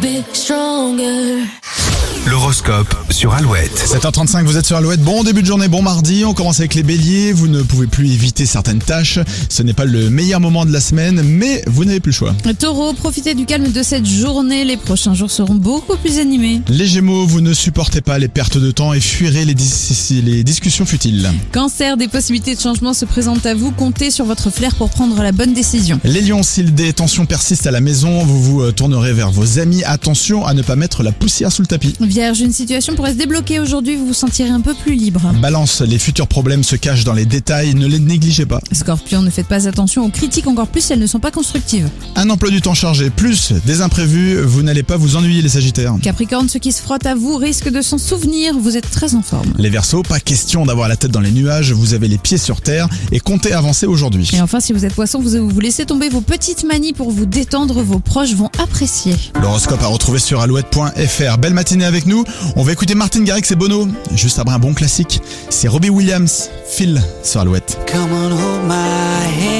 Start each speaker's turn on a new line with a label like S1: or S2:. S1: be stronger.
S2: L'horoscope sur Alouette.
S3: 7h35, vous êtes sur Alouette. Bon début de journée, bon mardi. On commence avec les béliers. Vous ne pouvez plus éviter certaines tâches. Ce n'est pas le meilleur moment de la semaine, mais vous n'avez plus le choix.
S4: Taureau, profitez du calme de cette journée. Les prochains jours seront beaucoup plus animés.
S3: Les gémeaux, vous ne supportez pas les pertes de temps et fuirez les, dis- les discussions futiles.
S4: Cancer, des possibilités de changement se présentent à vous. Comptez sur votre flair pour prendre la bonne décision.
S3: Les lions, si des tensions persistent à la maison, vous vous euh, tournerez vers vos amis. Attention à ne pas mettre la poussière sous le tapis.
S4: Vierge, une situation pourrait se débloquer aujourd'hui. Vous vous sentirez un peu plus libre.
S3: Balance, les futurs problèmes se cachent dans les détails, ne les négligez pas.
S4: Scorpion, ne faites pas attention aux critiques encore plus si elles ne sont pas constructives.
S3: Un emploi du temps chargé, plus des imprévus, vous n'allez pas vous ennuyer les sagittaires.
S4: Capricorne, ceux qui se frottent à vous risquent de s'en souvenir. Vous êtes très en forme.
S3: Les Verseaux, pas question d'avoir la tête dans les nuages, vous avez les pieds sur terre et comptez avancer aujourd'hui.
S4: Et enfin, si vous êtes poisson, vous vous laissez tomber vos petites manies pour vous détendre. Vos proches vont apprécier.
S3: L'horoscope à retrouver sur alouette.fr. Belle matinée avec nous. On va écouter Martin Garrix et Bono. Juste après un bon classique, c'est Robbie Williams, Phil sur Alouette.
S5: Come on, hold my hand.